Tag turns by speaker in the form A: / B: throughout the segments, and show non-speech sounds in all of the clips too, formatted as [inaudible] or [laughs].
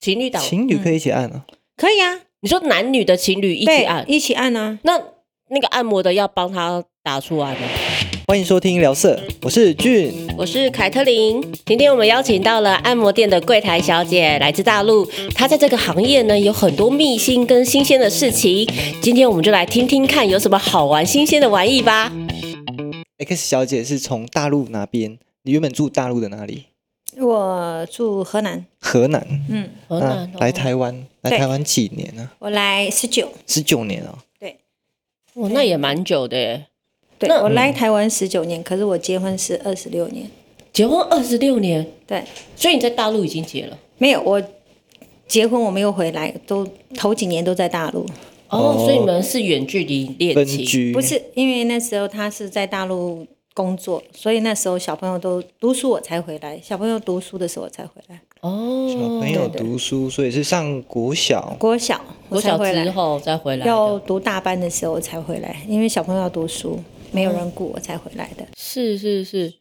A: 情侣档
B: 情侣可以一起按啊，
A: 可以啊。你说男女的情侣一起
C: 对
A: 按，
C: 一起按啊。
A: 那那个按摩的要帮他打出来吗？
B: 欢迎收听聊色，我是俊。
A: 我是凯特琳，今天我们邀请到了按摩店的柜台小姐，来自大陆。她在这个行业呢有很多秘辛跟新鲜的事情。今天我们就来听听看有什么好玩新鲜的玩意吧。
B: 啊 X 小姐是从大陆哪边？你原本住大陆的哪里？
C: 我住河南，
B: 河南。啊
C: 嗯，
A: 河南、哦
B: 那来，台湾，来
C: 对
B: 台湾几年呢、
C: 我来十九，
B: 啊？十九年哦。
A: 哇，哦那也蛮久的耶，
C: 对
A: 那
C: 我来台湾十九年，可是我结婚是二十六年。
A: 结婚二十六年，
C: 对，
A: 所以你在大陆已经结了
C: 没有我结婚我没有回来，都头几年都在大陆，
A: 哦，
B: 哦
A: 所以你们是远距离恋
B: 分
A: 情，
B: 居
C: 不是因为那时候他是在大陆工作，所以那时候小朋友都读书我才回来，小朋友读书的时候我才回来，
A: 哦，
B: 小朋友读书，所以是上国小。
C: 国小我
A: 我
C: 才
A: 小
C: 回
A: 之
C: 来，
A: 后再回来的，
C: 要读大班的时候我才回来，因为小朋友要读书，没有人顾我才回来的。
A: 是是是，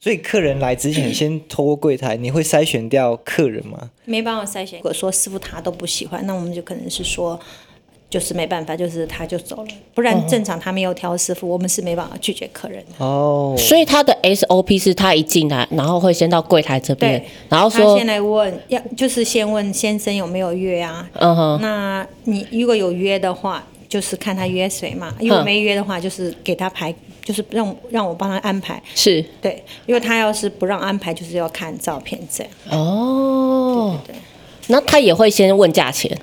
B: 所以客人来之 [clears throat] 前，先透过柜台，你会筛选掉客人吗？
C: 没办法筛选。如果说师傅他都不喜欢，那我们就可能是说，就是没办法，就是他就走了。不然正常他没有挑师傅，我们是没办法拒绝客人的。
B: 哦，
A: 所以他的 SOP 是他一进来，然后会先到柜台这边
C: 对，
A: 然后
C: 他
A: 说
C: 先，来问，要就是先问先生有没有约啊？
A: 嗯哼，
C: 那你如果有约的话，就是看他约谁嘛；
A: 嗯
C: 如果没约的话，就是给他排，就是让我让我帮他安排。
A: 是
C: 对，如果他要是不让安排，就是要看照片这样。
A: 哦，
C: 对，
A: 那他也会先问价钱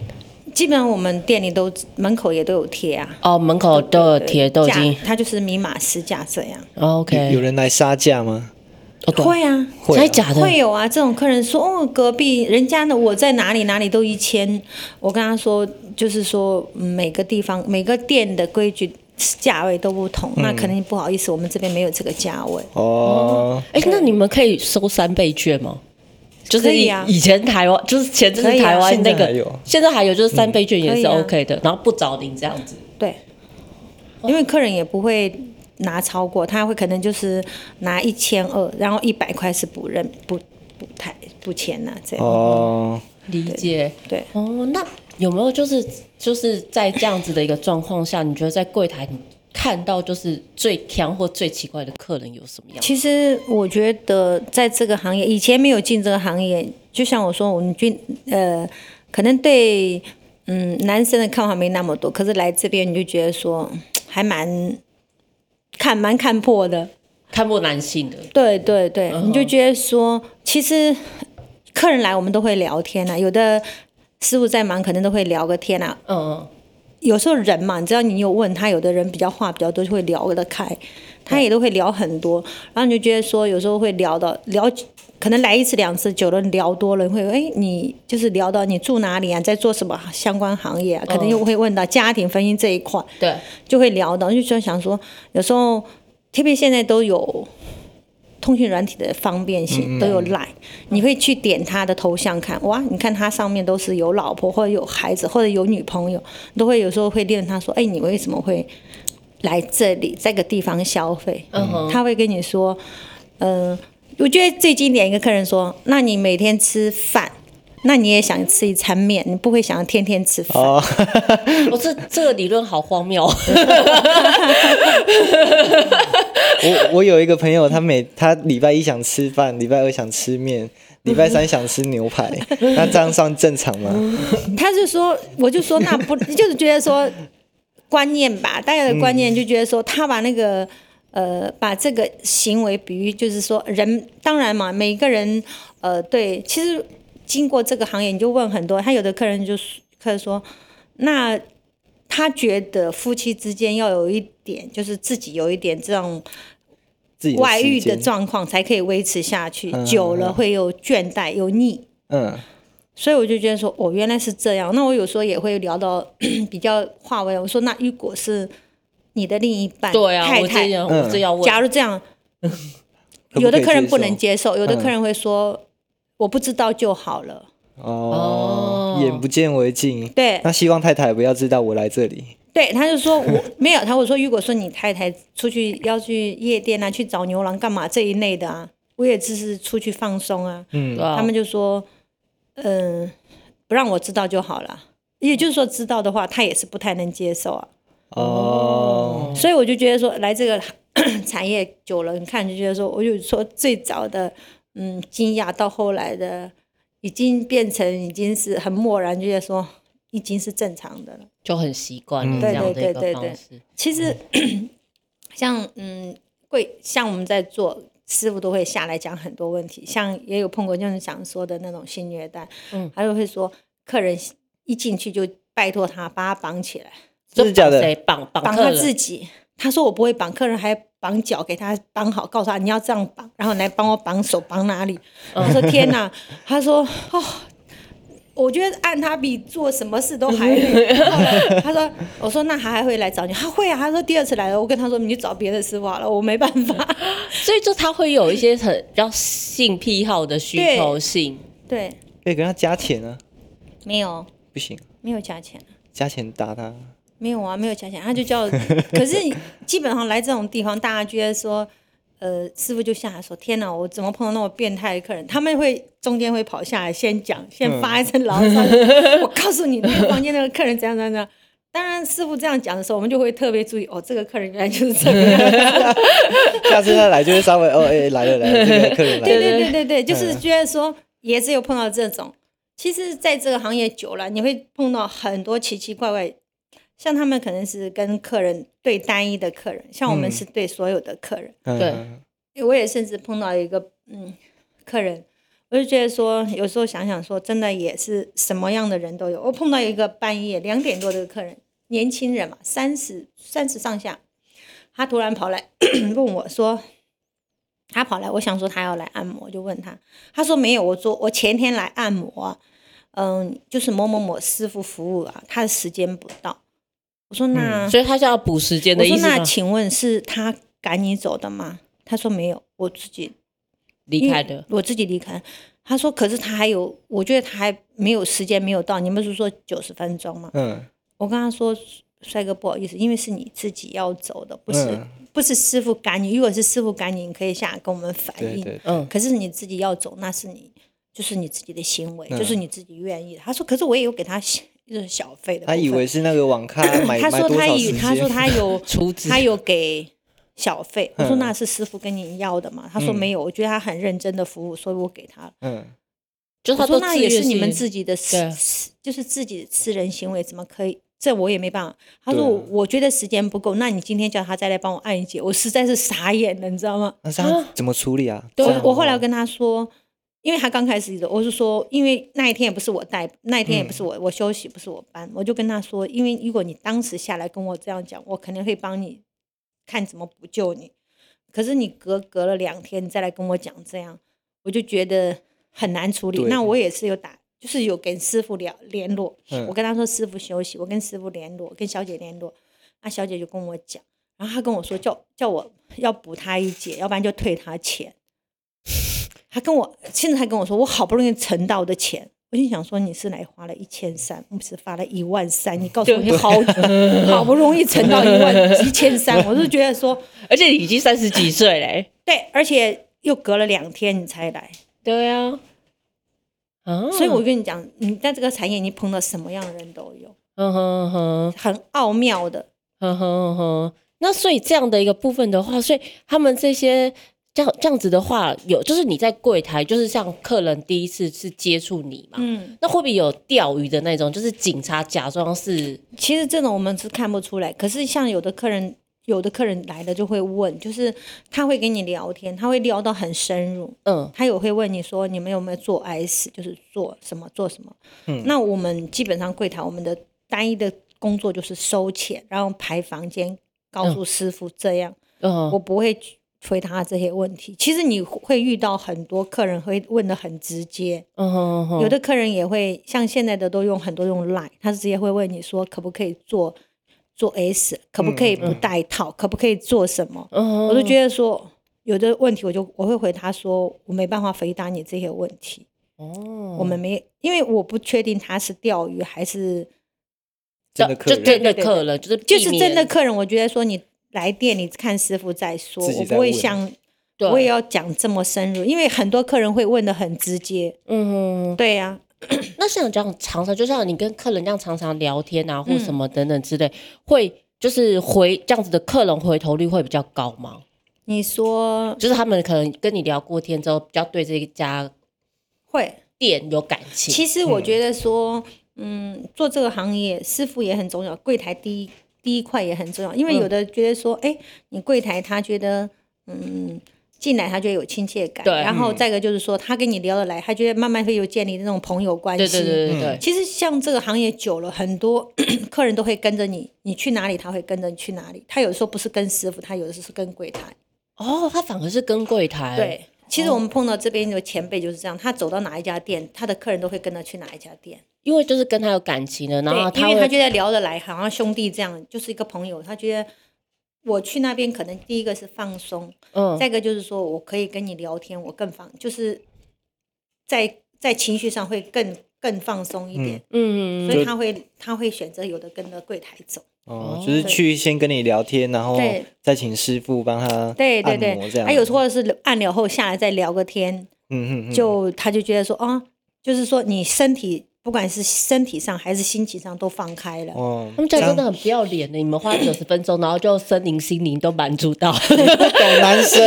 C: 基本上我们店里都门口也都有贴啊。
A: 哦，门口都有贴，都已经
C: 价它就是明码实价这样。
B: 有有
A: OK，
B: 人来杀价吗？
A: 哦对
C: 会啊，
B: 会啊
A: 真的假的？
C: 会有啊，这种客人说哦，隔壁人家的我在哪里哪里都一千，我跟他说就是说嗯每个地方每个店的规矩价位都不
A: 嗯
C: 同，那肯定不好意思，我们这边没有这个价位。
B: 哦，
A: 哎，那你们可以收三倍券吗？就是
C: 可以
A: 以
C: 啊
A: 以前台湾，就是前阵子
C: 可以啊
A: 台湾
B: 现在
A: 那个
B: 还有，
A: 现在还有就是三倍券也
C: 可
A: 是
C: 以啊
A: OK 的，然后不找您这样子。
C: 对，因为客人也不会拿超过，他会可能就是拿一千二，然后一百块是不认不不太不签呐、啊这样。
B: 哦，
A: 理解，
C: 对
A: 哦，那有没有就是就是在这样子的一个状况下，你觉得在柜台你看到就是最强或最奇怪的客人有什么样？
C: 其实我觉得在这个行业，以前没有进这个行业，就像我说，我们军呃，可能对嗯男生的看法没那么多，可是来这边你就觉得说嗯还蛮看蛮看破的，
A: 看破男性的，
C: 对对对，你就觉得说，其实客人来我们都会聊天啊，有的。师傅在忙，可能都会聊个天啊。
A: 嗯，
C: 有时候人嘛，你知道你有问他，有的人比较话比较多，就会聊得开，他也都会聊很多，然后你就觉得说有时候会聊到聊，可能来一次两次，久了聊多了，你会哎你就是聊到你住哪里啊，在做什么相关行业啊，可能又会问到家庭分析这一块，
A: 对，
C: 就会聊到，就就想说有时候，特别现在都有。通讯软体的方便
A: 嗯
C: 性都有 Line，、你会去点他的头像看，哇，你看他上面都是有老婆或者有孩子或者有女朋友，都会有时候会问他说，哎，你为什么会来这里这个地方消费？
A: 嗯哼，
C: 他会跟你说，嗯、我觉得最经典一个客人说，那你每天吃饭，那你也想吃一餐面，你不会想要天天吃饭。
B: 哦，
A: 我、这这个理论好荒谬，哦
B: [laughs] 我我有一个朋友，他每他礼拜一想吃饭，礼拜二想吃面，礼拜三想吃牛排，那这样算正常
C: [laughs]
B: 吗？
C: 他就说，我就说那不 [laughs] 就是觉得说观念吧，大家的观念就觉得说他把那个。呃，把这个行为比喻，就是说人，当然嘛，每个人，呃，对，其实经过这个行业，你就问很多，他有的客人就是客人说，那他觉得夫妻之间要有一点，就是自己有一点这种
B: 自己的
C: 外遇
B: 时间
C: 的状况，才可以维持下去，
B: 嗯
C: 久了会有倦怠，有腻。
B: 嗯，
C: 所以我就觉得说，哦，原来是这样。那我有时候也会聊到 [clears throat] 比较话外，我说那如果是你的另一半，
A: 对啊，
C: 太
A: 我这
C: 太，
A: 样
B: 嗯
A: 我这样问，
C: 假如这样，
B: 可不可以
C: 有的客人
B: 接受
C: 不能接受，有的
B: 嗯
C: 客人会说、我不知道就好了。
B: 哦
A: 哦，
B: 眼不见为净。
C: 对
B: 那希望太太不要知道我来这里。
C: 对，他就
B: [laughs]
C: 说我没有，他会说如果说你太太出去要去夜店啊，去找牛郎干嘛这一类的啊，我也只是出去放松啊。
B: 嗯
A: 对，啊
C: 他们就说，嗯、不让我知道就好了。也就是说，知道的话，他也是不太能接受啊。
B: 哦，
C: 所以我就觉得说，来这个 [coughs] 产业久了，你看就觉得说，我就说最早的嗯惊讶，到后来的已经变成已经是很漠然，就觉得说已经是正常的了。
A: 就很习惯了
B: 嗯
A: 这样的一
C: 对
A: 个
C: 对对
A: 方
C: 对
A: 式。
C: 其实 [coughs] 像嗯贵，像我们在做。师傅都会下来讲很多问题，像也有碰过，就是想说的那种性虐待，
A: 嗯，
C: 还有会说客人一进去就拜托他把他绑起来，
B: 真的假
A: 绑谁
B: 的？
A: 绑绑
C: 绑
A: 客
C: 他
A: 人
C: 自己。他说我不会绑，客人还绑脚给他绑好，告诉他你要这样绑，然后你来帮我绑手绑哪里。我说天哪，他说哦，我觉得按他比做什么事都还 [laughs] 累。后来他说，我说那他还会来找你？他会啊，他说第二次来了，我跟他说你去找别的师傅好了，我没办法。 [laughs]
A: 所以就他会有一些很比较性癖好的需求性，
C: 对，
B: 可以给他加钱啊？
C: 没有
B: 不行，
C: 没有加钱。
B: 加钱打他。
C: 没有啊，没有加钱，他就叫。可是基本上来这种地方，大家觉得说，呃，师傅就下来说：“天哪，我怎么碰到那么变态的客人？”他们会中间会跑下来，先讲，先发一声牢骚：“ [laughs] 我告诉你，那个房间那个客人怎样怎样怎样。”当然，师傅这样讲的时候，我们就会特别注意哦，这个客人原来就是这个样子。
B: 下次他来就会稍微哦，哎、来了来了，这个客人来
C: 对嗯
B: 了。
C: 对对对对，就是觉得说，也是有碰到这种。其实，在这个行业久了，你会碰到很多奇奇怪怪，像他们可能是跟客人对单一的客人，像我们
B: 嗯
C: 是对所有的客人。
A: 对
B: 嗯，
C: 我也甚至碰到一个嗯客人，我就觉得说，有时候想想说，真的也是什么样的人都有。我碰到一个半夜两点多的客人，年轻人嘛，三十三十上下，他突然跑来 [coughs] 问我说，他跑来，我想说他要来按摩，就问他，他说没有，我昨我前天来按摩啊，嗯，就是某某某师傅服务啊，他的时间不到。我说那、
A: 嗯所以他是要补时间
C: 我
A: 的
C: 说
A: 意思
C: 那
A: 吗？
C: 请问是他赶你走的吗？他说没有，我自己
A: 离开的，，
C: 我自己离开。他说可是他还有，我觉得他还没有时间没有到，你们不是说九十分钟吗？
B: 嗯，
C: 我跟他说，帅哥不好意思，因为是你自己要走的，不是、
B: 嗯
C: 不是师傅赶你。如果是师傅赶你，你可以下来跟我们反
B: 对
C: 映。
B: 对，
A: 嗯，
C: 可是你自己要走，那是你就是你自己的行为，
B: 嗯
C: 就是你自己愿意的。他说可是我也有给他小就是小费的部
B: 他
C: 分，
B: 以为是那个网咖买
C: 他
B: 买
C: 说
B: 多
C: 他
B: 少
C: 以
B: 时
C: 他说
B: 间？
C: 他有
A: 厨子
C: 他有给小费。我说
B: 嗯
C: 那是师傅跟你要的嘛？他说没有，我觉得他很认真的服务，所以我给他了。
B: 嗯，
A: 就
C: 我
A: 他
C: 说
A: 都
C: 那
A: 自
C: 也
A: 愿
C: 是你们
A: 性
C: 自己的
A: 对
C: 私，私就是自己的私人行为，怎么可以？这我也没办法。他说
B: 对啊
C: 我我觉得时间不够，那你今天叫他再来帮我按一节，我实在是傻眼了，你知道吗？
B: 那是他怎么处理啊？
C: 我
B: 这样
C: 我后来
B: 好不好
C: 跟他说，因为他刚开始的，我是说，因为那一天也不是我带，那一天也不是
B: 嗯
C: 我、我休息，不是我班，我就跟他说，因为如果你当时下来跟我这样讲，我肯定会帮你看怎么补救你。可是你隔隔了两天，你再来跟我讲这样，我就觉得很难处理。
B: 对
C: 那我也是有打，就是有跟师傅聊联络，
B: 嗯
C: 我跟他说师傅休息，我跟师傅联络，跟小姐联络，那小姐就跟我讲，然后她跟我说叫叫我要补她一节，要不然就退她钱。她跟我现在还跟我说，我好不容易存到的钱，我心想说你是来花了一千三，不是花了一万三，你告诉我你好好不容易存到一万一千三，我就觉得说
A: 而且已经三十几岁
C: [laughs]
A: 嘞。
C: 对，而且又隔了两天你才来，
A: 对啊，啊，
C: 所以我跟你讲，你在这个产业你碰到什么样的人都有，
A: 嗯哼嗯哼
C: 很奥妙的。
A: 嗯哼嗯哼。那所以这样的一个部分的话，所以他们这些这样这样子的话，有就是你在柜台，就是像客人第一次是接触你嘛，
C: 嗯，
A: 那会不会有钓鱼的那种？就是警察假装是
C: 其实这种我们是看不出来，可是像有的客人，有的客人来了就会问，就是他会跟你聊天，他会聊到很深入，
A: 嗯
C: 他也会问你说你们有没有做 S，就是做什么做什么。嗯，那我们基本上柜台我们的单一的工作就是收钱，然后排房间，告诉师傅这样，我
A: 嗯
C: 不会去回答这些问题。其实你会遇到很多客人会问的很直接，
A: 嗯哼嗯哼
C: 有
B: 哦
C: 的客人也会像现在的都用很多用 Line，他直接会问你说可不可以做做 S，可不可
B: 嗯
C: 以不带套，可不可以做什么？
A: 嗯哼
C: 我
B: 哦
C: 就觉得说有的问题，我就我会回答说我没办法回答你这些问题，
A: 哦
C: 我们没，因为我不确定他是钓鱼还是
B: 真的客
A: 就
B: 人
A: 真的
C: 对对对
A: 客人，就是
C: 就
A: 避
C: 是
A: 免
C: 真的客人。我觉得说你来店你看师傅再说，
B: 自己
C: 我
B: 再
C: 不会
B: 问啊
C: 像
A: 对
C: 我也要讲这么深入，因为很多客人会问的很直接，
A: 嗯哼
C: 对呀、啊
A: 那像这样常常，就像你跟客人这样常常聊天啊，或什么等等之类，会就是回这样子的客人回头率会比较高吗？
C: 你说
A: 就是他们可能跟你聊过天之后，比较对这一家
C: 会？
A: 店有感情。
C: 其实我觉得说，嗯，做这个行业，师傅也很重要，柜台第一第一块也很重要，因为
A: 嗯
C: 有的觉得说，哎、你柜台他觉得，嗯，进来他觉得有亲切感，
A: 对嗯
C: 然后再一个就是说，他跟你聊得来，他觉得慢慢会有建立那种朋友关
A: 对
C: 系。
A: 对对对对，
C: 其实嗯像这个行业久了，很多 [coughs] 客人都会跟着你，你去哪里他会跟着你去哪里。他有时候不是跟师傅，他有的时候是跟柜台。
A: 哦，他反而是跟柜台。
C: 对，其
A: 哦
C: 实我们碰到这边的前辈就是这样，他走到哪一家店，他的客人都会跟着去哪一家店。
A: 因为就是跟他有感情的，然后
C: 对，因
A: 会
C: 为他觉得聊得来，好像兄弟这样，就是一个朋友。他觉得我去那边，可能第一个是放松，
A: 嗯，
C: 再一个就是说我可以跟你聊天，我更放，就是在在情绪上会更更放松一点。
A: 嗯，
C: 所以他会他会选择有的跟着柜台走。
B: 哦
A: 哦，
B: 就是去先跟你聊天，然后
C: 对
B: 再请师傅帮他
C: 对对
B: 按
C: 对
B: 摩这，样。
C: 还有或者是按疗后下来再聊个天，
B: 嗯嗯嗯，
C: 就他就觉得说啊、就是说你身体不管是身体上还是心情上都放开了。
B: 哦，
A: 他们这样真的很不要脸的，你们花九十分钟，然后就身灵心灵都满足
C: [laughs]
A: 到， [laughs]
B: 不懂男生，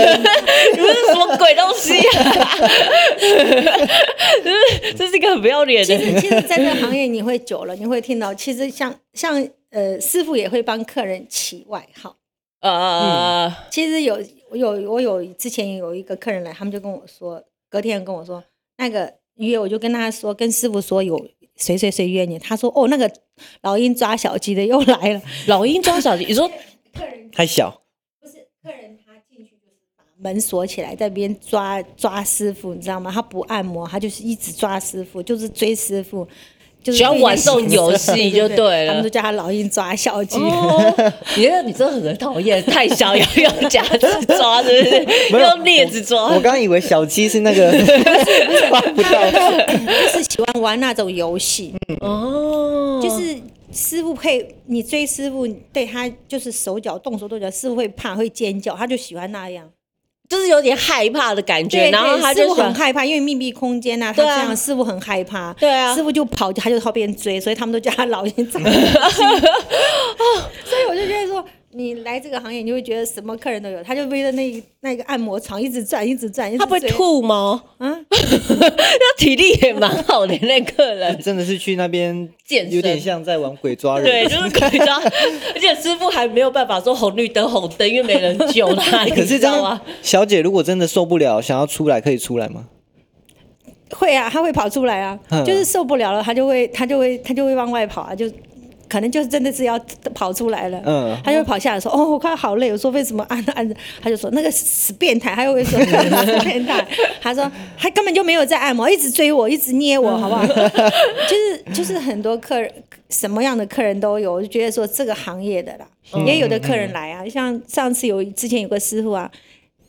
A: 你们是什么鬼东西
C: [laughs]
A: 啊？ [laughs] 就是这是一个很不要脸
C: 其
A: 的，
C: 实，其实在这个行业你会久了，你会听到，其实像像呃，师傅也会帮客人起外号。
A: 呃，
C: 其实有我有我有之前有一个客人来，他们就跟我说，隔天跟我说那个约，我就跟他说，跟师傅说有谁谁谁约你，他说哦，那个老鹰抓小鸡的又来了，
A: 老鹰抓小鸡，你
B: [laughs]
A: 说
B: [laughs] 太小，
C: 客人他进去就是把门锁起来，在那边抓抓师傅，你知道吗？他不按摩，他就是一直抓师傅，就是追师傅，就是
A: 喜欢
C: 对
A: 玩
C: 那
A: 这种游戏就
C: 对
A: 对
C: 他
A: 了
C: 们都。叫他老鹰抓小鸡。
A: 哦，你这你真的很讨厌，太小要用夹子抓，是不是？
B: [laughs] 没有
A: 用镊子抓，
B: 我刚以为小鸡是那个抓不到，
C: [laughs] 就是喜欢玩那种游戏，
A: 嗯哦，
C: 就是师傅会你追师傅，对他就是手脚动手动脚，师傅会怕会尖叫，他就喜欢那样。
A: 就是有点害怕的感觉，
C: 对
A: 然后
C: 对
A: 他
C: 师
A: 就
C: 傅
A: 想
C: 很害怕，因为密闭空间呐、他
A: 对
C: 这
A: 啊
C: 样师傅很害怕。
A: 对啊
C: 师傅就跑，他就靠边追， [laughs] 所以他们都叫他老鹰
A: [laughs]
C: 长哦，所以我就觉得说。你来这个行业，你就会觉得什么客人都有，他就围着那一那个按摩床一直转，一直转，一直
A: 他不会
C: 追
A: 吐吗？
C: 啊？
B: 嗯
A: [laughs] 那体力也蛮好的那客人，
B: 真的是去那边
A: 健身
B: 有点像在玩鬼抓
A: [laughs]
B: 人。
A: 对，
B: [laughs]
A: 就是鬼抓，而且师傅还没有办法说红绿灯红灯，因为没人救
B: [laughs]
A: 他，
B: 欸可是
A: 你
B: 这
A: 知道吗
B: 样？，嗯小姐如果真的受不了，想要出来，可以出来吗？
C: 会啊，他会跑出来啊，
B: 嗯
C: 就是受不了了，他就会他就会他就会往外跑啊，就可能就是真的是要跑出来了。
B: 嗯
C: 他就会跑下来说：“哦，我快好累。”我说：“为什么按着按着？”他就说：“那个死变态。”他又会说：“ [laughs] 死变态。”他说：“他根本就没有在按摩，一直追我，一直捏我，好不好？”就是就是很多客人，什么样的客人都有，我就觉得说这个行业的啦，也有的客人来啊，像上次有之前有个师傅啊，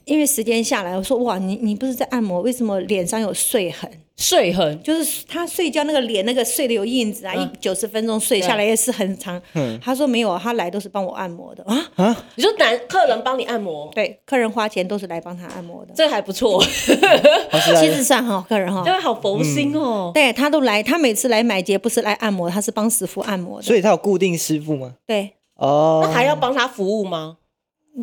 C: 因为时间下来，我说：“哇，你你不是在按摩，为什么脸上有碎痕？”
A: 睡痕，
C: 就是他睡觉那个脸那个睡的有印子啊，
B: 嗯
C: 一九十分钟睡下来也是很长。他说没有，啊他来都是帮我按摩的
B: 嗯
C: 啊。
A: 你说男客人帮你按摩，
C: [laughs] 对，客人花钱都是来帮他按摩的，
A: 这还不
B: [laughs]
A: 错， [laughs]
B: 她是
C: 其
B: 来
C: 实算很好客人哈
A: 因。为好佛心哦。
C: 对他都来，他每次来买节不是来按摩，他是帮师傅按摩的。
B: 所以她有固定师傅吗？
C: 对，
B: 哦，
A: 那还要帮他服务吗？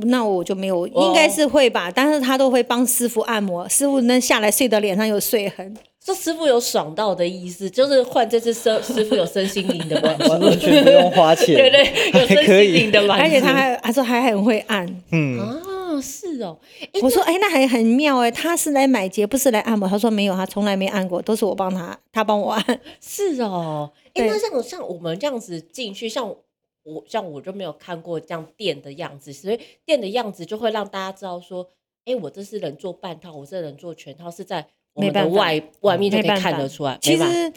C: 那我就没有，
B: 哦
C: 应该是会吧，但是他都会帮师傅按摩，师傅那下来睡的脸上有睡痕。
A: 这师傅有爽到的意思，就是换这次师 [laughs] 师傅有身心灵的满
B: 完
A: 足，
B: 完全不用花钱，
A: [laughs] 对对，有身
B: 还可
A: 心灵
B: 以，
A: 的满足，
C: 而且他还他说还很会按，
B: 嗯，
A: 啊，是哦，诶
C: 我说哎、那还很妙哎、他是来买节不是来按摩。他说没有，他从来没按过，都是我帮他，他帮我按。
A: 是哦，哎、
C: 对
A: 那像像我们这样子进去，像我像我就没有看过这样店的样子，所以店的样子就会让大家知道说，哎、我这是能做半套，我这能做全套，是在我们
C: 没
A: 的
C: 办法
A: 外外面就可
C: 没
A: 以
C: 办
A: 看
C: 法
A: 得出来。
C: 其
A: 没办法
C: 实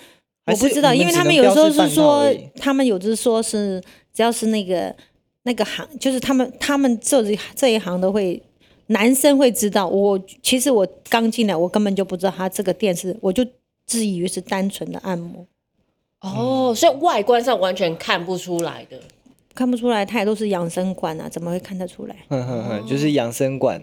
B: 还
C: 我
B: 是
C: 不知道，
B: 你们
C: 因为
B: 只
C: 他们
B: 能
C: 有时候
B: 标示
C: 是
B: 半套
C: 说
B: 而已，
C: 他们有时候说是只要是那个那个行，就是他们他们这里这一行都会。男生会知道，我其实我刚进来，我根本就不知道他这个店是，我就自以为是单纯的按摩，
A: 哦，所以外观上完全看不出来的。
B: 嗯
C: 看不出来，他也都是养生馆啊，怎么会看得出来？
B: 哼哼哼，就是养生馆，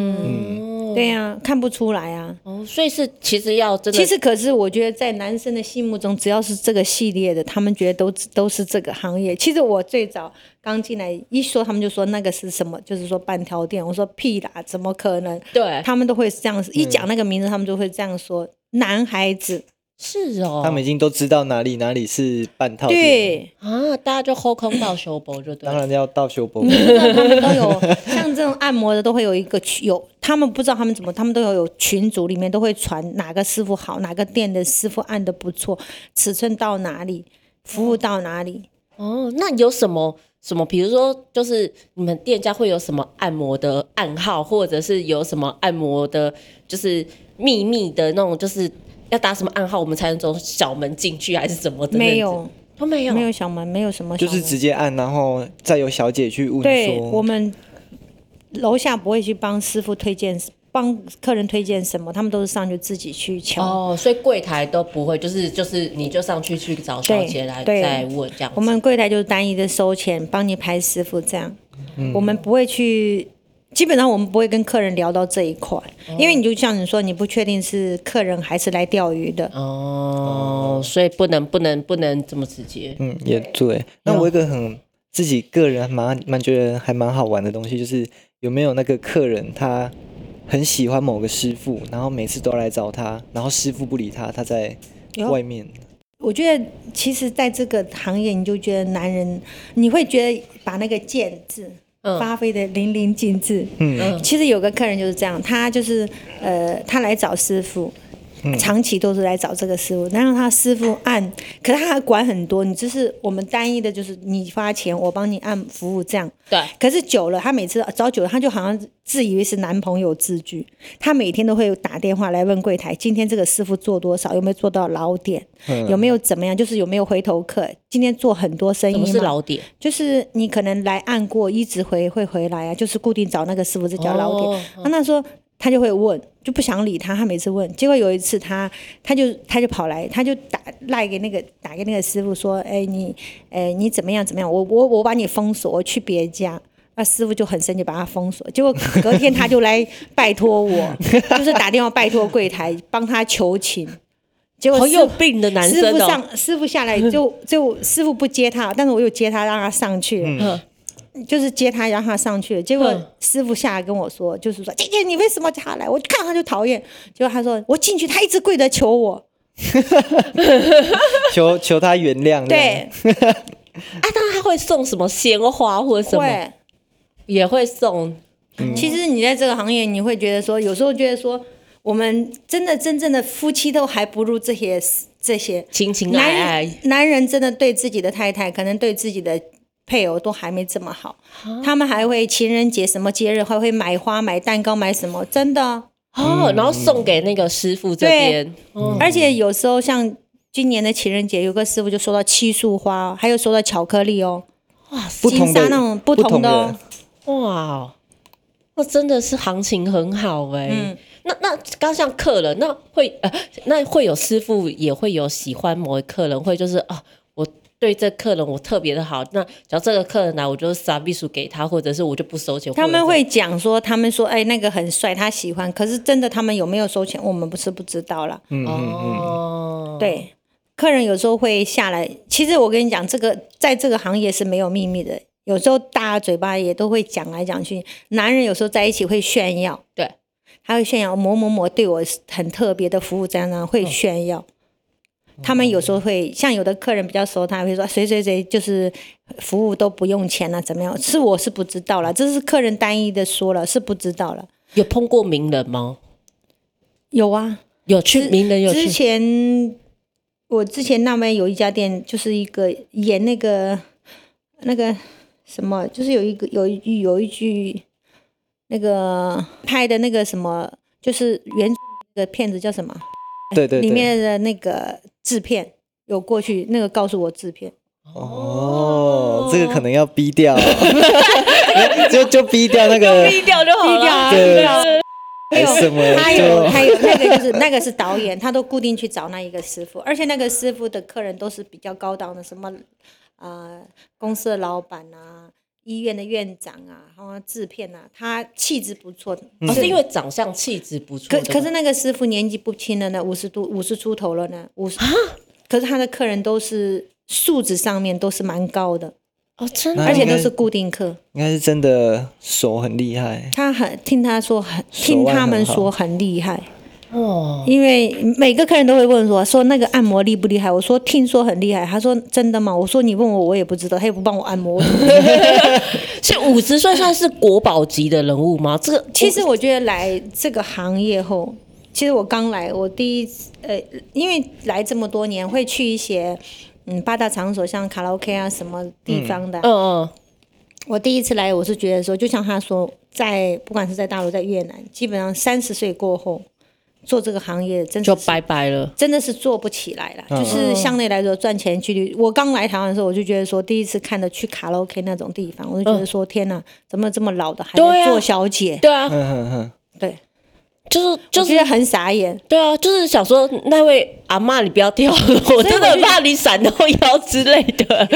A: 嗯哦
C: 对呀、看不出来啊。
A: 哦，所以是其实要真的，
C: 其实，可是我觉得在男生的心目中，只要是这个系列的，他们觉得都都是这个行业。其实我最早刚进来一说，他们就说那个是什么，就是说半条店。我说屁啦，怎么可能？
A: [laughs] 对，嗯
C: 他们都会这样，一讲那个名字，他们就会这样说。男孩子，
A: 是哦，
B: 他们已经都知道哪里哪里是半套店，
C: 对，
A: 啊，大家就后空到修补就对
B: 当
A: 了。
B: 然要到修博。
C: 他们都有像这种按摩的，都会有一个群有，他们不知道他们怎么，他们都有有群组里面都会传哪个师傅好，哪个店的师傅按的不错，尺寸到哪里，服务到哪里。
A: 哦，那有什么什么，比如说，就是你们店家会有什么按摩的暗号，或者是有什么按摩的，就是秘密的那种，就是要打什么暗号，我们才能从小门进去，还是怎么的？
C: 没，有，
A: 都没有，
C: 没有小门，没有什么小
B: 就
C: 门，
B: 是直接按，然后再有小姐去问
C: 对我
B: 说，
C: 们楼下不会去帮师傅推荐，帮客人推荐什么，他们都是上去自己去敲。
A: 哦，所以柜台都不会，就是就是你就上去去找小姐来
C: 对对
A: 再问这样子。
C: 我们柜台就是单一的收钱，帮你排师傅这样。我们不会去，基本上我们不会跟客人聊到这一块，因为你就像你说，你不确定是客人还是来钓鱼的。
A: 哦，所以不能不能不能这么直接。
B: 嗯，也对。那我有一个很自己个人蛮蛮觉得还蛮好玩的东西，就是有没有那个客人他很喜欢某个师傅，然后每次都来找他，然后师傅不理他，他在
C: 有
B: 外面。
C: 我觉得其实在这个行业，你就觉得男人，你会觉得把那个剑字
A: 嗯
C: 发挥的淋漓尽致。
B: 嗯
C: 其实有个客人就是这样，他就是呃，他来找师傅，长期都是来找这个师傅，然后他师傅按，可是他还管很多，你就是我们单一的，就是你花钱，我帮你按服务这样。
A: 对，
C: 可是久了，他每次找久了，他就好像自以为是男朋友自居，他每天都会打电话来问柜台，今天这个师傅做多少，有没有做到老点，
A: 嗯
C: 有没有怎么样，就是有没有回头客，今天做很多生
A: 怎么
C: 意
A: 是
C: 嘛。
A: 老点？
C: 就是你可能来按过，一直回会回来啊，就是固定找那个师傅，这叫老点。
A: 哦
C: 啊，那时候他就会问，就不想理他，他每次问。结果有一次他他就他就跑来，他就打赖给那个打给那个师傅说，哎你哎你怎么样怎么样，我我我把你封锁，我去别家。那师傅就很生气，把他封锁。结果隔天他就来拜
A: [laughs]
C: 托我，就是打电话拜托柜台帮他求情。结果
A: 好
C: 师
A: 有病的男
C: 师
A: 生
C: 傅
A: 哦。
C: 上，师傅下来就就师傅不接他，但是我又接他，让他上去，
A: 嗯
C: 就是接他让他上去。结果
A: 嗯
C: 师傅下来跟我说，就是说姐姐你为什么叫他来？我看他就讨厌。结果他说我进去，他一直跪着求我，
B: 求求他原谅。这样，
C: 对，
A: 啊，那他会送什么鲜花或者什么？嗯
C: 会。
A: 也会送
C: 其实你在这个行业，你会觉得说，有时候觉得说，我们真的真正的夫妻都还不如这些这些。
A: 亲情
C: 男
A: 爱
C: 人
A: 爱，
C: 男人真的对自己的太太，可能对自己的配偶都还没这么好，
A: 啊
C: 他们还会情人节什么节日还会买花、买蛋糕、买什么，真的。啊嗯
A: 哦，然后送给那个师傅这边，哦
C: 而且有时候像今年的情人节，有个师傅就收到七束花，还有收到巧克力哦，
B: 不同
C: 金
B: 的
C: 沙那种
B: 不
C: 不同的哦
B: 人
A: 哇，那真的是行情很好哎、
C: 嗯
A: 那那刚像客人，那会呃，那会有师傅也会有喜欢某一客人，会就是啊，我对这客人我特别的好，那只要这个客人来，我就撒秘书给他，或者是我就不收钱。
C: 他们
A: 或者
C: 会讲说，他们说，哎，那个很帅，他喜欢。可是真的，他们有没有收钱，我们不是不知道啦。
B: 嗯
A: 是哦，
C: 嗯对，客人有时候会下来。其实我跟你讲，这个在这个行业是没有秘密的。有时候大家嘴巴也都会讲来讲去。男人有时候在一起会炫耀，
A: 对，
C: 他会炫耀某某某对我很特别的服务怎样怎样，会炫耀。他们有时候会像有的客人比较熟，他会说谁谁谁就是服务都不用钱了、啊怎么样？是我是不知道了，这是客人单一的说了，是不知道了。
A: 有碰过名人吗？
C: 有啊，
A: 有去名人有
C: 之
A: 去
C: 前我之前那边有一家店，就是一个演那个那个什么，就是有一个有一句有一句那个拍的那个什么，就是原 [laughs] 那个片子叫什么？
B: 对对对，
C: 里面的那个制片有过去，那个告诉我制片，
B: 哦，这个可能要逼掉， [laughs] 就就逼掉那个
A: 呃低调就好了，
C: 低调啊
B: 对
C: 低调啊
B: 还什么
C: 他有
B: 哎就
C: 他有那个就是那个是导演，他都固定去找那一个师傅，而且那个师傅的客人都是比较高档的，什么呃公司的老板啊，医院的院长啊，然后制片啊，他气质不错的。
B: 嗯
A: 哦，是因为长相气质不错
C: 可
A: 的吗。
C: 可是那个师傅年纪不轻了呢，五十多五十出头了呢，五十。可是他的客人都是素质上面都是蛮高的，
A: 哦，真
B: 那
A: 的
C: 而且
B: 应该
C: 都是固定客。
B: 应该是真的手很厉害，
C: 他很听他说很
B: 手
C: 听
B: 腕
C: 他们
B: 很好
C: 说很厉害，
A: 哦，
C: 因为每个客人都会问我说那个按摩厉不厉害？我说听说很厉害。他说真的吗？我说你问我我也不知道，他也不帮我按摩。 [laughs] 我怎么知道
A: 所以五十岁算是国宝级的人物吗？这个
C: 其实我觉得来这个行业后，其实我刚来，我第一次呃，因为来这么多年，会去一些嗯八大场所，像卡拉 OK 啊什么地方的。
A: 嗯嗯
C: 我第一次来，我是觉得说，就像他说，在不管是在大陆，在越南，基本上三十岁过后做这个行业，真
A: 就
C: 的是
A: 拜拜了。
C: 真的是做不起来了。
B: 嗯
C: 就是相对来说，赚钱距离，我刚来台湾的时候，我就觉得说，第一次看的去卡拉 OK 那种地方，我就觉得说，天哪，怎么这么老的还
A: 对
C: 能
A: 啊
C: 做小姐？
A: 对啊，
B: 哼哼哼，
C: 对，
A: 就是就
C: 我觉
A: 是
C: 得很傻眼。
A: 对啊，就是想说那位阿嬷，你不要跳了，我真的很怕你闪到腰之类 [laughs] 的。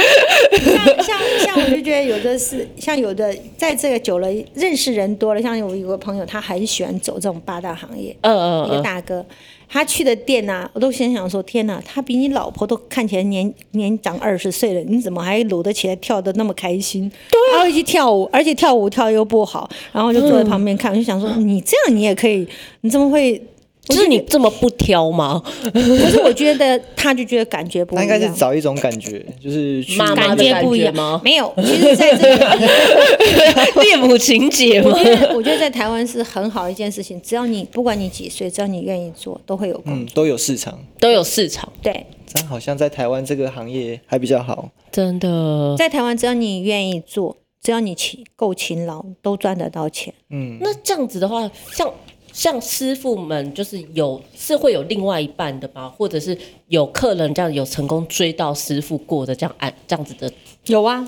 C: 像 [laughs] 像像，我就觉得有的是像有的，在这个久了，认识人多了，像我有个朋友，他很喜欢走这种八大行业，
A: 嗯
C: 一个
A: 嗯嗯，
C: 大哥，他去的店呐、我都心想说，天呐，他比你老婆都看起来年年长二十岁了，你怎么还搂得起来，跳得那么开心？对、啊，然后去跳舞，而且跳舞跳得又不好，然后就坐
A: 嗯
C: 在旁边看，我就想说，你这样你也可以，你怎么会？
A: 就是你这么不挑吗？
C: 可是我觉得他就觉得感觉不一
B: 他
C: 样，
B: 应该是找一种感觉，就是去
A: 妈妈
C: 感
A: 的
C: 觉
A: 感
C: 不一
A: 觉
C: 样
A: 吗
C: 没有，其实在这
A: [laughs]
C: 个。
A: 啊恋母情节 [laughs]
C: 我
A: 吗？
C: 觉得，我觉得在台湾是很好的一件事情，只要你不管你几岁，只要你愿意做，都会有工
B: 嗯
C: 作。
B: 都有市场，
A: 都有市场，
C: 对，
B: 这样好像在台湾这个行业还比较好，
A: 真的。
C: 在台湾只要你愿意做，只要你勤够勤劳，都赚得到钱。
B: 嗯，
A: 那这样子的话，像像师傅们就是有是会有另外一半的吗？或者是有客人这样有成功追到师傅过的这样案这样子的，
C: 有啊，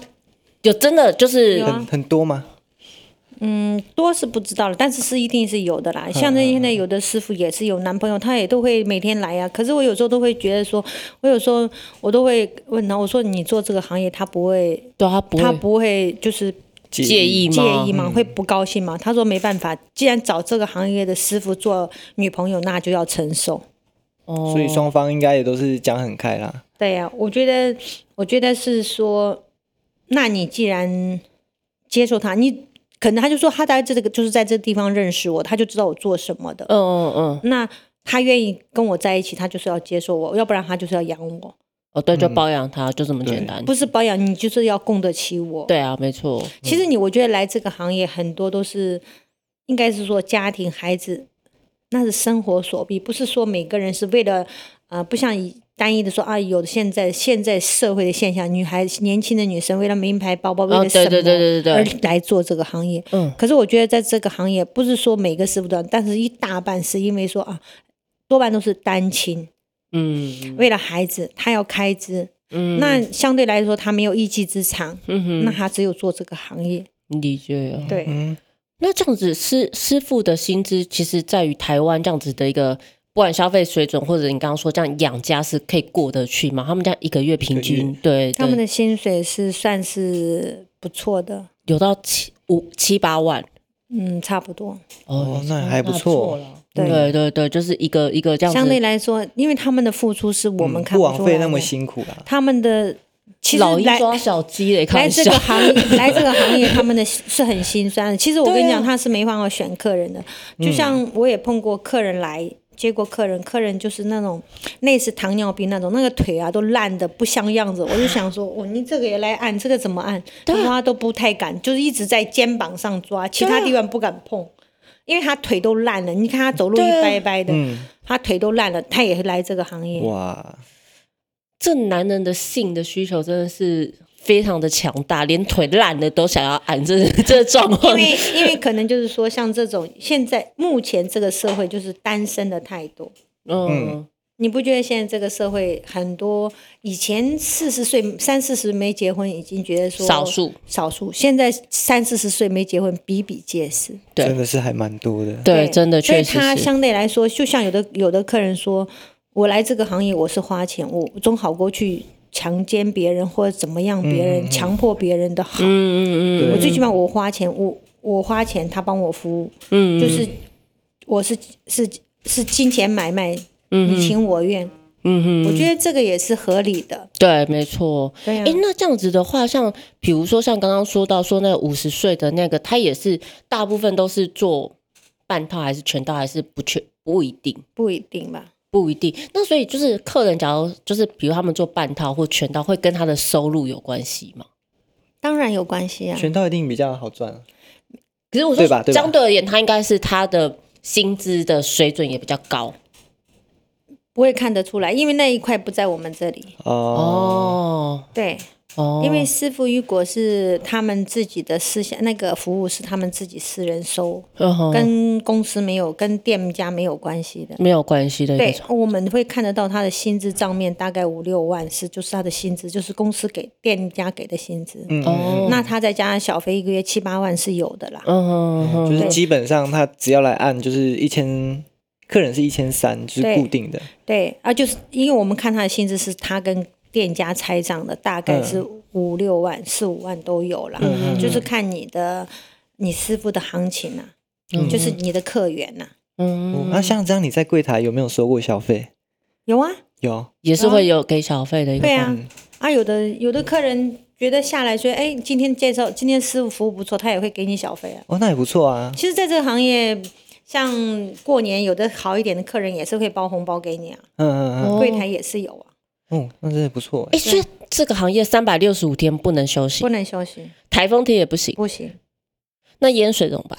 A: 有真的就是
C: 有啊
B: 很很多吗？
C: 嗯，多是不知道了，但是是一定是有的啦。像那现在有的师傅也是有男朋友，他也都会每天来呀、可是我有时候都会觉得说，我有时候我都会问他，我说你做这个行业，他不会，
A: 对啊他不
C: 他
A: 会
C: 不会就是
A: 介意
C: 介
A: 吗？
C: 意吗？会不高兴吗？他说没办法，既然找这个行业的师傅做女朋友，那就要承受。
A: 哦
B: 所以双方应该也都是讲很开啦，
C: 对呀、我觉得，我觉得是说，那你既然接受他，你可能他就说他在这个就是在这个地方认识我，他就知道我做什么的。
A: 嗯嗯嗯，
C: 那他愿意跟我在一起，他就是要接受我，要不然他就是要养我，
A: 哦对，
B: 嗯
A: 就包养他，就这么简单。
C: 不是包养你，就是要供得起我。
A: 对啊，没错，
C: 其实你，我觉得来这个行业很多都是，应该是说家庭、孩子，那是生活所逼，不是说每个人是为了，呃，不像以单一的说啊，有的现在现在社会的现象，女孩年轻的女生为了名牌包包，为
A: 哦
C: 了什么、
A: 对对对对对
C: 而
A: 对
C: 来做这个行业。
A: 嗯，
C: 可是我觉得在这个行业，不是说每个师傅都要，但是一大半是因为说啊，多半都是单亲，
A: 嗯
C: 为了孩子，他要开支，
A: 嗯，
C: 那相对来说他没有一技之长，
A: 嗯
C: 那
A: 哼，
C: 他只有做这个行业。
A: 理解啊。
C: 对，
B: 嗯，
A: 那这样子，师师傅的薪资其实在于台湾这样子的一个，不管消费水准或者你刚刚说这样养家是可以过得去吗？他们这样一个月平均，对，对
C: 他们的薪水是算是不错的，
A: 有到七五七八万
C: 嗯，差不多。
B: 哦那还不错
A: 了。
C: 对
A: 对对对，就是一个一个这样子，
C: 相对来说，因为他们的付出是我们
B: 嗯
C: 看
B: 不
C: 出
B: 枉
C: 来
B: 费
C: 的
B: 那么辛苦啦，
C: 他们的其实
A: 老鹰
C: 来
A: 抓小鸡嘞，开
C: 来
A: 玩
C: 这
A: 笑
C: 个。行业 [laughs] 来这个行业，他们的是很心酸的。其实我跟你
A: 啊
C: 讲，他是没办法选客人的，就
A: 嗯
C: 像我也碰过客人来。接过客人，客人就是那种类似糖尿病那种，那个腿啊都烂的不像样子。我就想说，哦，你这个也来按，这个怎么按？
A: 啊
C: 然后他都不太敢，就是一直在肩膀上抓，其
A: 啊
C: 他地方不敢碰，因为他腿都烂了。你看他走路
A: 啊
C: 一掰一掰的，
B: 嗯，
C: 他腿都烂了，他也来这个行业。
B: 哇，
A: [laughs] 这男人的性的需求真的是非常的强大，连腿烂的都想要按，这是这状
C: 因
A: 况。 [laughs]
C: 为因为可能就是说，像这种现在目前这个社会就是单身的太多，
A: 嗯，
C: 你不觉得现在这个社会很多以前四十岁三四十没结婚已经觉得说
A: 少数
C: 少数，现在三四十岁没结婚比比皆是。
A: 对
B: 真的是还蛮多的，
A: 对，真的
C: 所
A: 确
C: 以
A: 实
C: 他
A: 是。
C: 相对来说，就像有的有的客人说，我来这个行业我是花钱，我总好过去强奸别人或者怎么样别人、
B: 嗯嗯嗯
C: 强迫别人的好。
A: 嗯嗯
B: 对
C: 我最起码我花钱，我我花钱，他帮我服务，
A: 嗯，
C: 就是我是是是金钱买卖，
A: 嗯
C: 你情我愿，
A: 嗯哼，
C: 我觉得这个也是合理的。
A: 对，没错。
C: 对呀、啊
A: 哎，那这样子的话，像比如说像刚刚说到说那五十岁的那个，他也是大部分都是做半套还是全套，还是不确不一定。
C: 不一定吧？
A: 不一定，那所以就是客人，假如就是比如他们做半套或全套，会跟他的收入有关系吗？
C: 当然有关系啊。
B: 全套一定比较好赚，
A: 可是我
B: 对吧
A: 说，
B: 对吧
A: 相对而言，他应该是他的薪资的水准也比较高
C: 我也看得出来，因为那一块不在我们这里。
B: 哦，
A: 哦
C: 对，
A: 哦，
C: 因为师傅玉果是他们自己的私下，那个服务是他们自己私人收，
A: 嗯哼
C: 跟公司没有、跟店家没有关系的。
A: 没有关系的一个
C: 对
A: 状，
C: 我们会看得到他的薪资账面大概五六万是，就是他的薪资，就是公司给店家给的薪资。
B: 嗯，
A: 哦，
C: 那他再加上小费一个月七八万是有的啦。
A: 嗯哼
B: 嗯
A: 哼
B: 就是基本上他只要来按，就是一千，客人是一千三，就是
C: 对
B: 固定的，
C: 对啊，就是因为我们看他的薪资是他跟店家拆账的，大概是五六万、四五万都有啦，
B: 嗯
C: 就是看你的你师傅的行情呐、
A: 嗯
C: 就是你的客源呐、啊
A: 嗯，
B: 那啊像这样，你在柜台有没有收过小费？
C: 有啊，
B: 有，
A: 也是会有给小费的一个
C: 对啊
B: 嗯，
C: 啊，有的有的客人觉得下来说，哎，今天介绍今天师傅服务不错，他也会给你小费啊。
B: 哦，那也不错啊。
C: 其实，在这个行业，像过年有的好一点的客人也是会包红包给你啊，
B: 嗯嗯
A: 哦
C: 柜台也是有啊，
B: 嗯，哦，那真的不错
A: 哎，所以这个行业三百六十五天不能休息
C: 不，能休息，
A: 台风天也不行，
C: 不行。
A: 那淹水怎么办？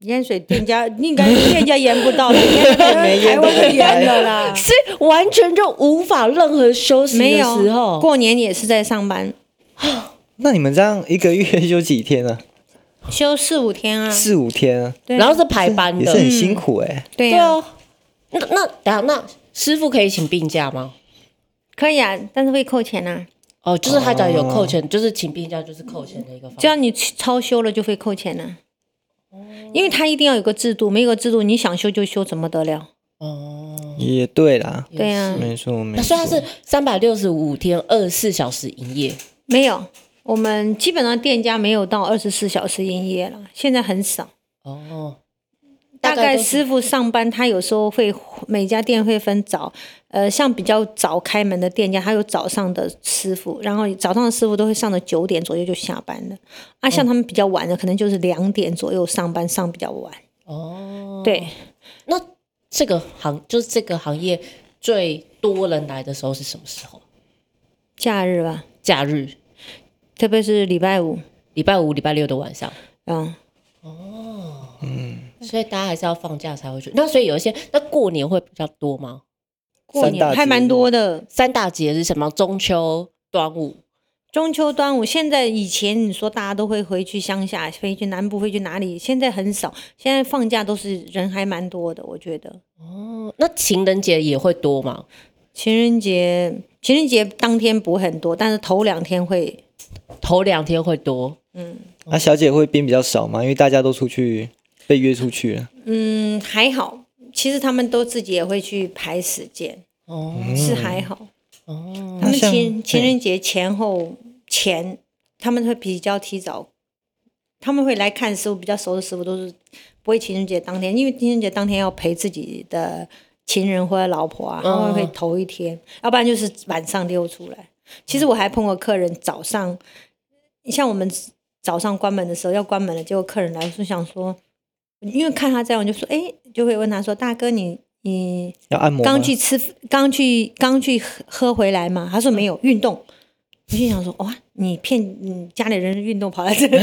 C: 淹水店家应该店家淹不到
A: [laughs]
C: 了，淹台湾就淹了啦。
A: 是完全就无法任何休息
C: 没
A: 的时
C: 有，
A: 候，
C: 过年也是在上班，
B: 那你们这样一个月休几天啊？
A: 嗯
C: 休四五天啊。
B: 四五天啊，
C: 对啊
A: 然后是排班
B: 也
A: 的
B: 是，很辛苦哎、
C: 对
A: 对
C: 啊，
A: 啊。那那等下那师傅可以请病假吗？
C: 可以啊，但是会扣钱啊。
A: 哦，就是他讲有扣钱，就是请病假就是扣钱的一个方
C: 只
A: 式。
C: 要你超休了就会扣钱呢、
A: 哦
C: 因为他一定要有个制度，没有个制度，你想休就休，怎么得了？
A: 哦，
B: 也对啦，
A: 也
C: 对啊
A: 是
B: 没错没
A: 那所
B: 错
A: 以他。是三百六十五天二十四小时营业，
C: 没有，我们基本上店家没有到二十四小时营业了，现在很少。
A: 哦，
C: 大概
A: 都
C: 师傅上班，他有时候会每家店会分早，呃，像比较早开门的店家，他有早上的师傅，然后早上的师傅都会上到九点左右就下班了。啊，像他们比较晚的，可能就是两点左右上班，上比较晚。
A: 哦，
C: 对，
A: 那这个行就是这个行业最多人来的时候是什么时候？
C: 假日吧，
A: 假日，
C: 特别是礼拜五，
A: 礼拜五、礼拜六的晚上，
C: 嗯，
A: 嗯所以大家还是要放假才会去。那所以有一些，那过年会比较多吗？
C: 过
B: 三大
C: 年
B: 节日
C: 还蛮多的。
A: 三大节日什么？中秋、端午，
C: 中秋、端午，现在以前你说大家都会回去乡下，飞去南部，飞去哪里？现在很少，现在放假都是人还蛮多的，我觉得。
A: 哦，那情人节也会多吗？
C: 情人节，情人节当天不会很多，但是头两天会，嗯
A: 头两天会多，
B: 那、啊小姐会变比较少嘛？因为大家都出去被约出去了，
C: 嗯，还好。其实他们都自己也会去排时间，
A: 哦
C: 是还好。
A: 哦，
C: 他
B: 那
C: 们
B: 像
C: 情情
B: 对
C: 人节前后前，他们会比较提早，他们会来看师傅，比较熟的师傅都是不会情人节当天，因为情人节当天要陪自己的情人或者老婆啊，他们会头一天，要不然就是晚上溜出来。其实我还碰过客人早上，像我们早上关门的时候要关门了，结果客人来，我就想说，因为看他这样，我就说，哎，就会问他说，大哥你你
B: 要按摩吗。
C: 刚去吃，刚去刚去喝喝回来嘛？他说没有
B: 嗯
C: 运动，我心想说哇，你骗你家里人运动跑
B: [laughs]
C: 来这里，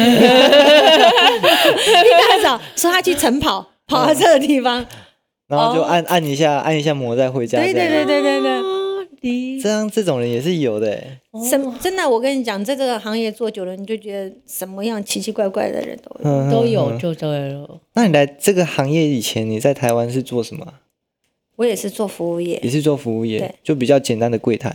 C: 一大早说他去晨跑，跑到这个地
B: 嗯
C: 方，
B: 然后就
A: 哦
B: 按、按一下，按一下摩再回家。
C: 对
B: 这
C: 对
B: 样
C: 对对对对，
A: 离
B: 这样这种人也是有的、欸。
C: 什么真的，我跟你讲，在这个行业做久了，你就觉得什么样奇奇怪怪的人都有。
B: 嗯，
A: 都有
B: 嗯
A: 就对了。
B: 那你来这个行业以前，你在台湾是做什么啊？
C: 我也是做服务业
B: 也，是做服务业
C: 对，
B: 就比较简单的柜台。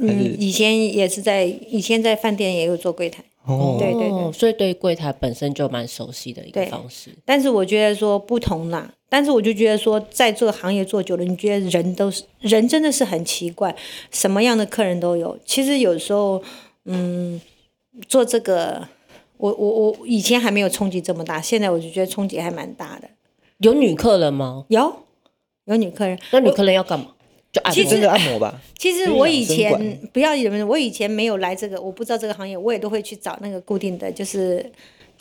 B: 还是
C: 嗯，以前也是在以前在饭店也有做柜台，
B: 哦，
C: 对对对
A: 哦所以对柜台本身就蛮熟悉的一个
C: 对
A: 方式。
C: 但是我觉得说不同啦，但是我就觉得说，在这个行业做久了，你觉得人都是人真的是很奇怪，什么样的客人都有。其实有时候，嗯，做这个，我我我以前还没有冲击这么大，现在我就觉得冲击还蛮大的。
A: 有女客人吗？
C: 有有女客人，
A: 那女客人要干嘛？就按
C: 其
A: 摩
B: 啊
C: 实
B: 真的按
A: [laughs]
B: 摩吧，
C: 其实我以
B: 就是养生
C: 前不要以为我以前没有来这个，我不知道这个行业，我也都会去找那个固定的，就是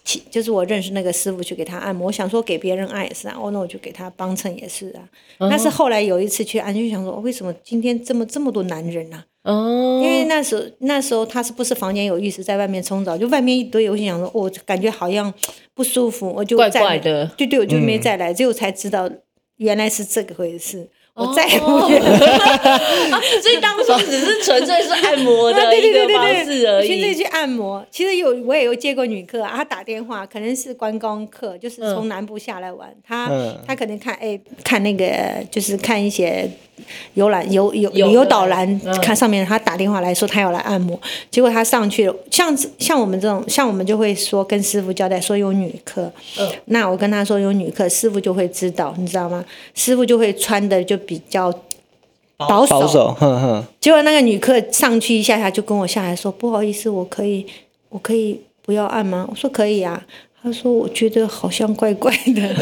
C: 其就是我认识那个师傅去给他按摩。我想说给别人按也是啊，哦，那我就给他帮衬也是啊。
A: 嗯
C: 但是后来有一次去按，就想说、哦为什么今天这么这么多男人啊？
A: 哦，
C: 因为那时候那时候他是不是房间有浴室，在外面冲澡，就外面一堆，我就想说，哦我感觉好像不舒服，我就
A: 怪
C: 再
A: 怪的嗯
C: 对对，我就没再来，最后才知道原来是这个回事。
A: 哦
C: 我再也不愿意
A: 啊所以当初只是纯粹是按摩
C: 啊
A: 的
C: 对
A: 一
C: 对对
A: 个
C: 对
A: 方
C: 对
A: 式而
C: 现在
A: 已。
C: 去按摩，其实有我也有接过女客啊，她打电话可能是观光客，就是
A: 嗯
C: 从南部下来玩，她
B: 嗯
C: 她可能看哎看那个就是看一些游览游游
A: 游
C: 旅游导览，
A: 嗯
C: 看上面她打电话来说她要来按摩，结果她上去了，像像我们这种像我们就会说跟师傅交代说有女客，
A: 嗯
C: 那我跟她说有女客，师傅就会知道，你知道吗？师傅就会穿的就比较。保守，
B: 保守，哼哼，
C: 结果那个女客上去一下下就跟我下来说：“不好意思，我可以，我可以不要按吗？”我说：“可以啊。”她说：“我觉得好像怪怪的。”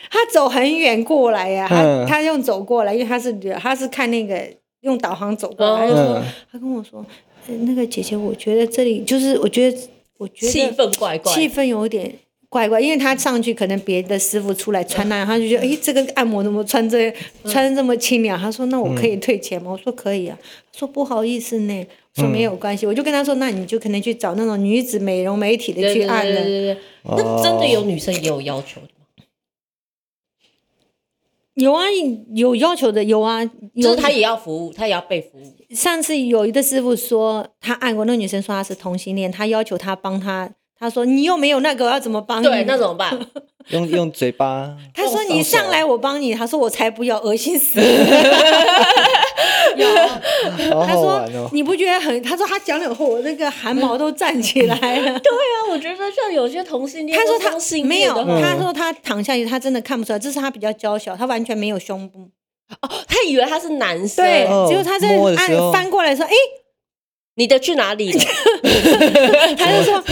C: [laughs] 她走很远过来呀、她
B: 嗯
C: 她用走过来，因为她是她是看那个用导航走过来，她就说
B: 嗯
C: 她跟我说、呃那个姐姐，我觉得这里就是我觉得我觉得
A: 气氛怪怪，
C: 气氛有点怪怪，因为他上去可能别的师傅出来穿那样，他
A: [laughs]
C: 就觉得，诶，这个按摩怎么穿这穿得这么清凉？他说，那我可以退钱吗？
A: 嗯
C: 我说可以啊。他说不好意思呢，我说没有
A: 嗯
C: 关系，我就跟他说，那你就可能去找那种女子美容美体的
A: 对
C: 去
A: 对对
C: 按
A: 对
C: 了。
A: 对对。 [laughs]
B: 哦
A: 那真的有女生也有要求的吗？
C: 有啊，有要求的有啊，
A: 就
C: 有
A: 是她也要服务，她也要被服务。
C: 上次有一个师傅说，他按过那个女生说她是同性恋，他要求他帮她，他说你又没有那个，我要怎么帮你？
A: 对，那怎么
C: [laughs]
A: 办？
B: 用用
A: [laughs]
B: 嘴巴，
C: 他说：“你上来，我帮你。”他说：“我才不要，恶心死了。”啊
B: 好好
C: 他说
B: 玩：“哦。
C: 你不觉得很？”他说：“他讲了后，我那个汗毛都站起来了。
A: [laughs] 对啊，我觉得像有些同性恋，
C: 他说他
A: 同性
C: 没
A: 恋
C: 有
A: 的，话
C: 他说他躺下去，他真的看不出来，这是他比较娇小，他完全没有胸部。
A: 他以为他是男生。
C: 对，
B: 哦
C: 结果他在
B: 摸的时候
C: 按翻过来说：“哎、
A: 你的去哪里
C: [laughs]
A: 了？
C: 他就说，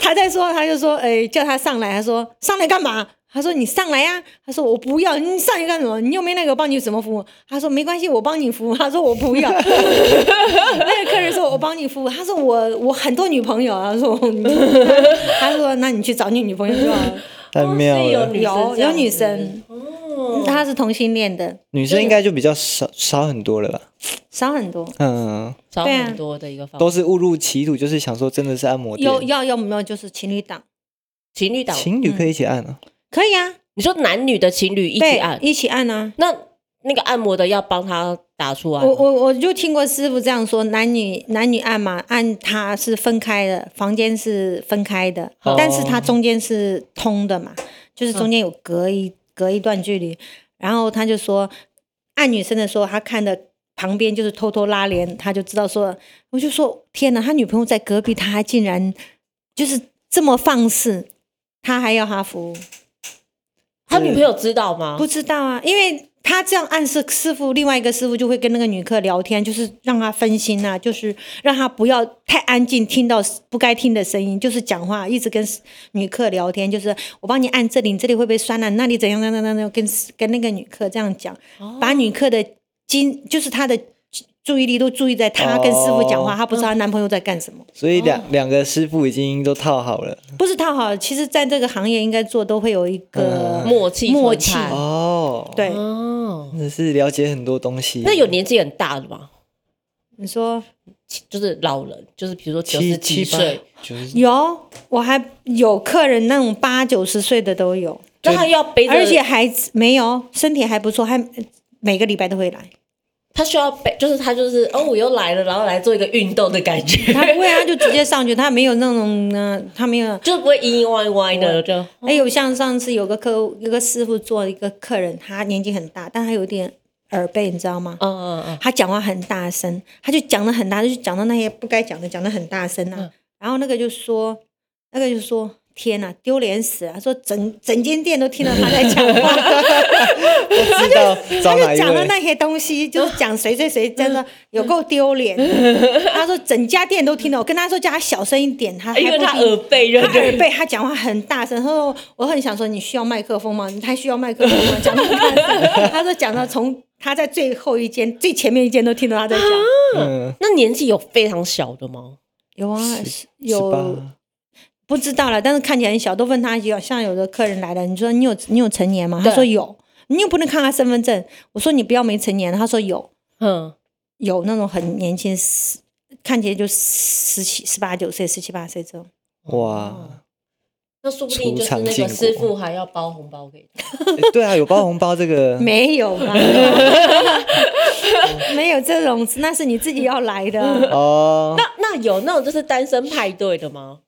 C: 他在说，他就说，哎，叫他上来，他说上来干嘛？他说你上来呀、他说我不要，你上来干什么？你又没那个，我帮你什么服务？他说没关系，我帮你服务。 [laughs] 他说我
A: [laughs]
C: 不要。那个客人说我帮你服务，他说我我很多女朋友啊，他说我他说那你去找你女朋友就好了。
B: 太妙
A: 哦所以有 [laughs]
B: 了。
A: 女生
C: 有
A: 这样
C: 有女
A: 子
C: 生
A: 哦，
C: 他是同性恋的，
B: 女生应该就比较少少很多了吧？
C: 少很多。
A: 哦
B: 嗯，
A: 找
C: 对啊
A: 很多的一个方
B: 都
A: 式。
B: 是误入歧途，就是想说真的是按摩店，
C: 有要要没有就是情侣档，
A: 情侣档，
B: 情侣可以一起按啊。
C: 可以啊，
A: 你说男女的情侣一起
C: 对
A: 按，
C: 一起按啊。
A: 那那个按摩的要帮他打出来吗。
C: 我我我就听过师傅这样说，男女男女按嘛，按它是分开的，房间是分开的，
B: 哦
C: 但是它中间是通的嘛，就是
A: 嗯
C: 中间有隔一、隔一段距离。然后他就说，按女生的时候，他看的旁边就是偷偷拉帘，他就知道说，我就说天哪，他女朋友在隔壁，他还竟然就是这么放肆，他还要他服务。
A: 他女朋友知道吗？
C: 不知道啊，因为他这样暗示师傅，另外一个师傅就会跟那个女客聊天，就是让她分心啊，就是让她不要太安静，听到不该听的声音，就是讲话，一直跟女客聊天，就是我帮你按这里，你这里会不会酸啊？那里怎样怎样怎样，跟跟那个女客这样讲，把女客的精，就是她的注意力都注意在她跟师傅讲话，
B: 哦
C: 她不知道她男朋友在干什么。
B: 所以
A: 嗯
B: 两两个师傅已经都套好了。
C: 不是她好，其实在这个行业应该做都会有一个
B: 嗯
A: 默契，
C: 默契
A: 存在
B: 哦，，
C: 对，
A: 哦。
B: 真的是了解很多东西。
A: 那有年纪很大的吗？
C: 你说。
A: 就是老人，就是比如说九
B: 七
A: 十
B: 七
A: 几
B: 八
A: 岁，
B: 九十，
C: 有，我还有客人那种八九十岁的都有，
A: 那他要背着，
C: 而且还没有身体还不错，还每个礼拜都会来。
A: 他需要背，就是他就是 [coughs] 哦，我又来了，然后来做一个运动的感觉，
C: 他不会啊，他就直接上去，他没有那种呢、他没有。哎
A: 就不会阴阴歪歪的，就
C: 还有像上次有个客户，有个师傅做一个客人，他年纪很大，但他有点耳背，你知道吗？
A: 嗯嗯嗯，
C: 他讲话很大声，他就讲的很大，就讲到那些不该讲的，讲的很大声啊。
A: 嗯
C: 然后那个就说，那个就说，天呐，丢脸死了！说整整间店都听到他在讲话，
B: 知道找
C: 他
B: 哪
A: 啊
C: 就
B: 一
C: 讲了
B: 位？
C: 那些东
A: [laughs]
C: 西，就是讲谁谁谁真的有够丢脸。
A: [laughs]
C: 他说整家店都听到，我跟他说叫他小声一点，他还
A: 哎因为
C: 不
A: 他
C: 听
A: 耳背，对啊
C: 他
A: 不对
C: 耳背，他讲话很大声。他说：“我很想说，你需要麦克风吗？你太需要麦克风了，讲到很大声。”他说：“讲到从他在最后一间、最前面一间都听到他在讲。
A: 啊
B: 嗯，
A: 那年纪有非常小的吗？
C: 有啊，是有
B: 18
C: 不知道了，但是看起来很小。都问他有，像有的客人来了，你说你有你有成年吗？
A: 对
C: 他说有。你又不能看他身份证。我说你不要没成年。他说有，
A: 嗯，
C: 有那种很年轻，十看起来就十七、十八九岁、十七八岁这种。
B: 哇，
A: 那说不定就是那个师傅还要包红包给他。
B: 诶对啊，有包红包这个，
C: [laughs] 没有吧？ [laughs] 没有这种，那是你自己要来的。啊
B: 哦，
A: 那那有那种就是单身派对的吗？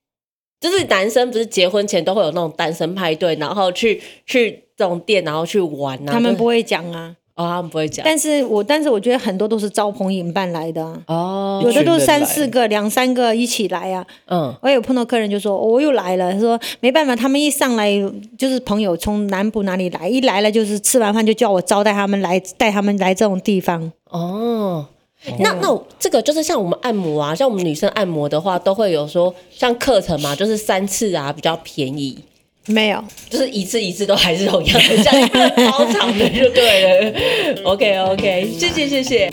A: 就是男生不是结婚前都会有那种单身派对，然后去去这种店，然后去玩啊。
C: 他们
A: 就是
C: 不会讲 [laughs] 啊，
A: 哦，他们不会讲。
C: 但是我但是我觉得很多都是招朋引伴来的啊、
A: 哦，
C: 有的都
B: 一群人来
C: 三四个、两三个一起来啊。
A: 嗯，
C: 我有碰到客人就说、哦我又来了，他说没办法，他们一上来就是朋友从南部哪里来，一来了就是吃完饭就叫我招待他们来，带他们来这种地方。
A: 哦。那那我这个就是像我们按摩啊，像我们女生按摩的话，都会有说像课程嘛，就是三次啊比较便宜，
C: 没有，
A: 就是一次一次都还是同样的，像一个包场的就对了。OK OK，谢谢谢谢。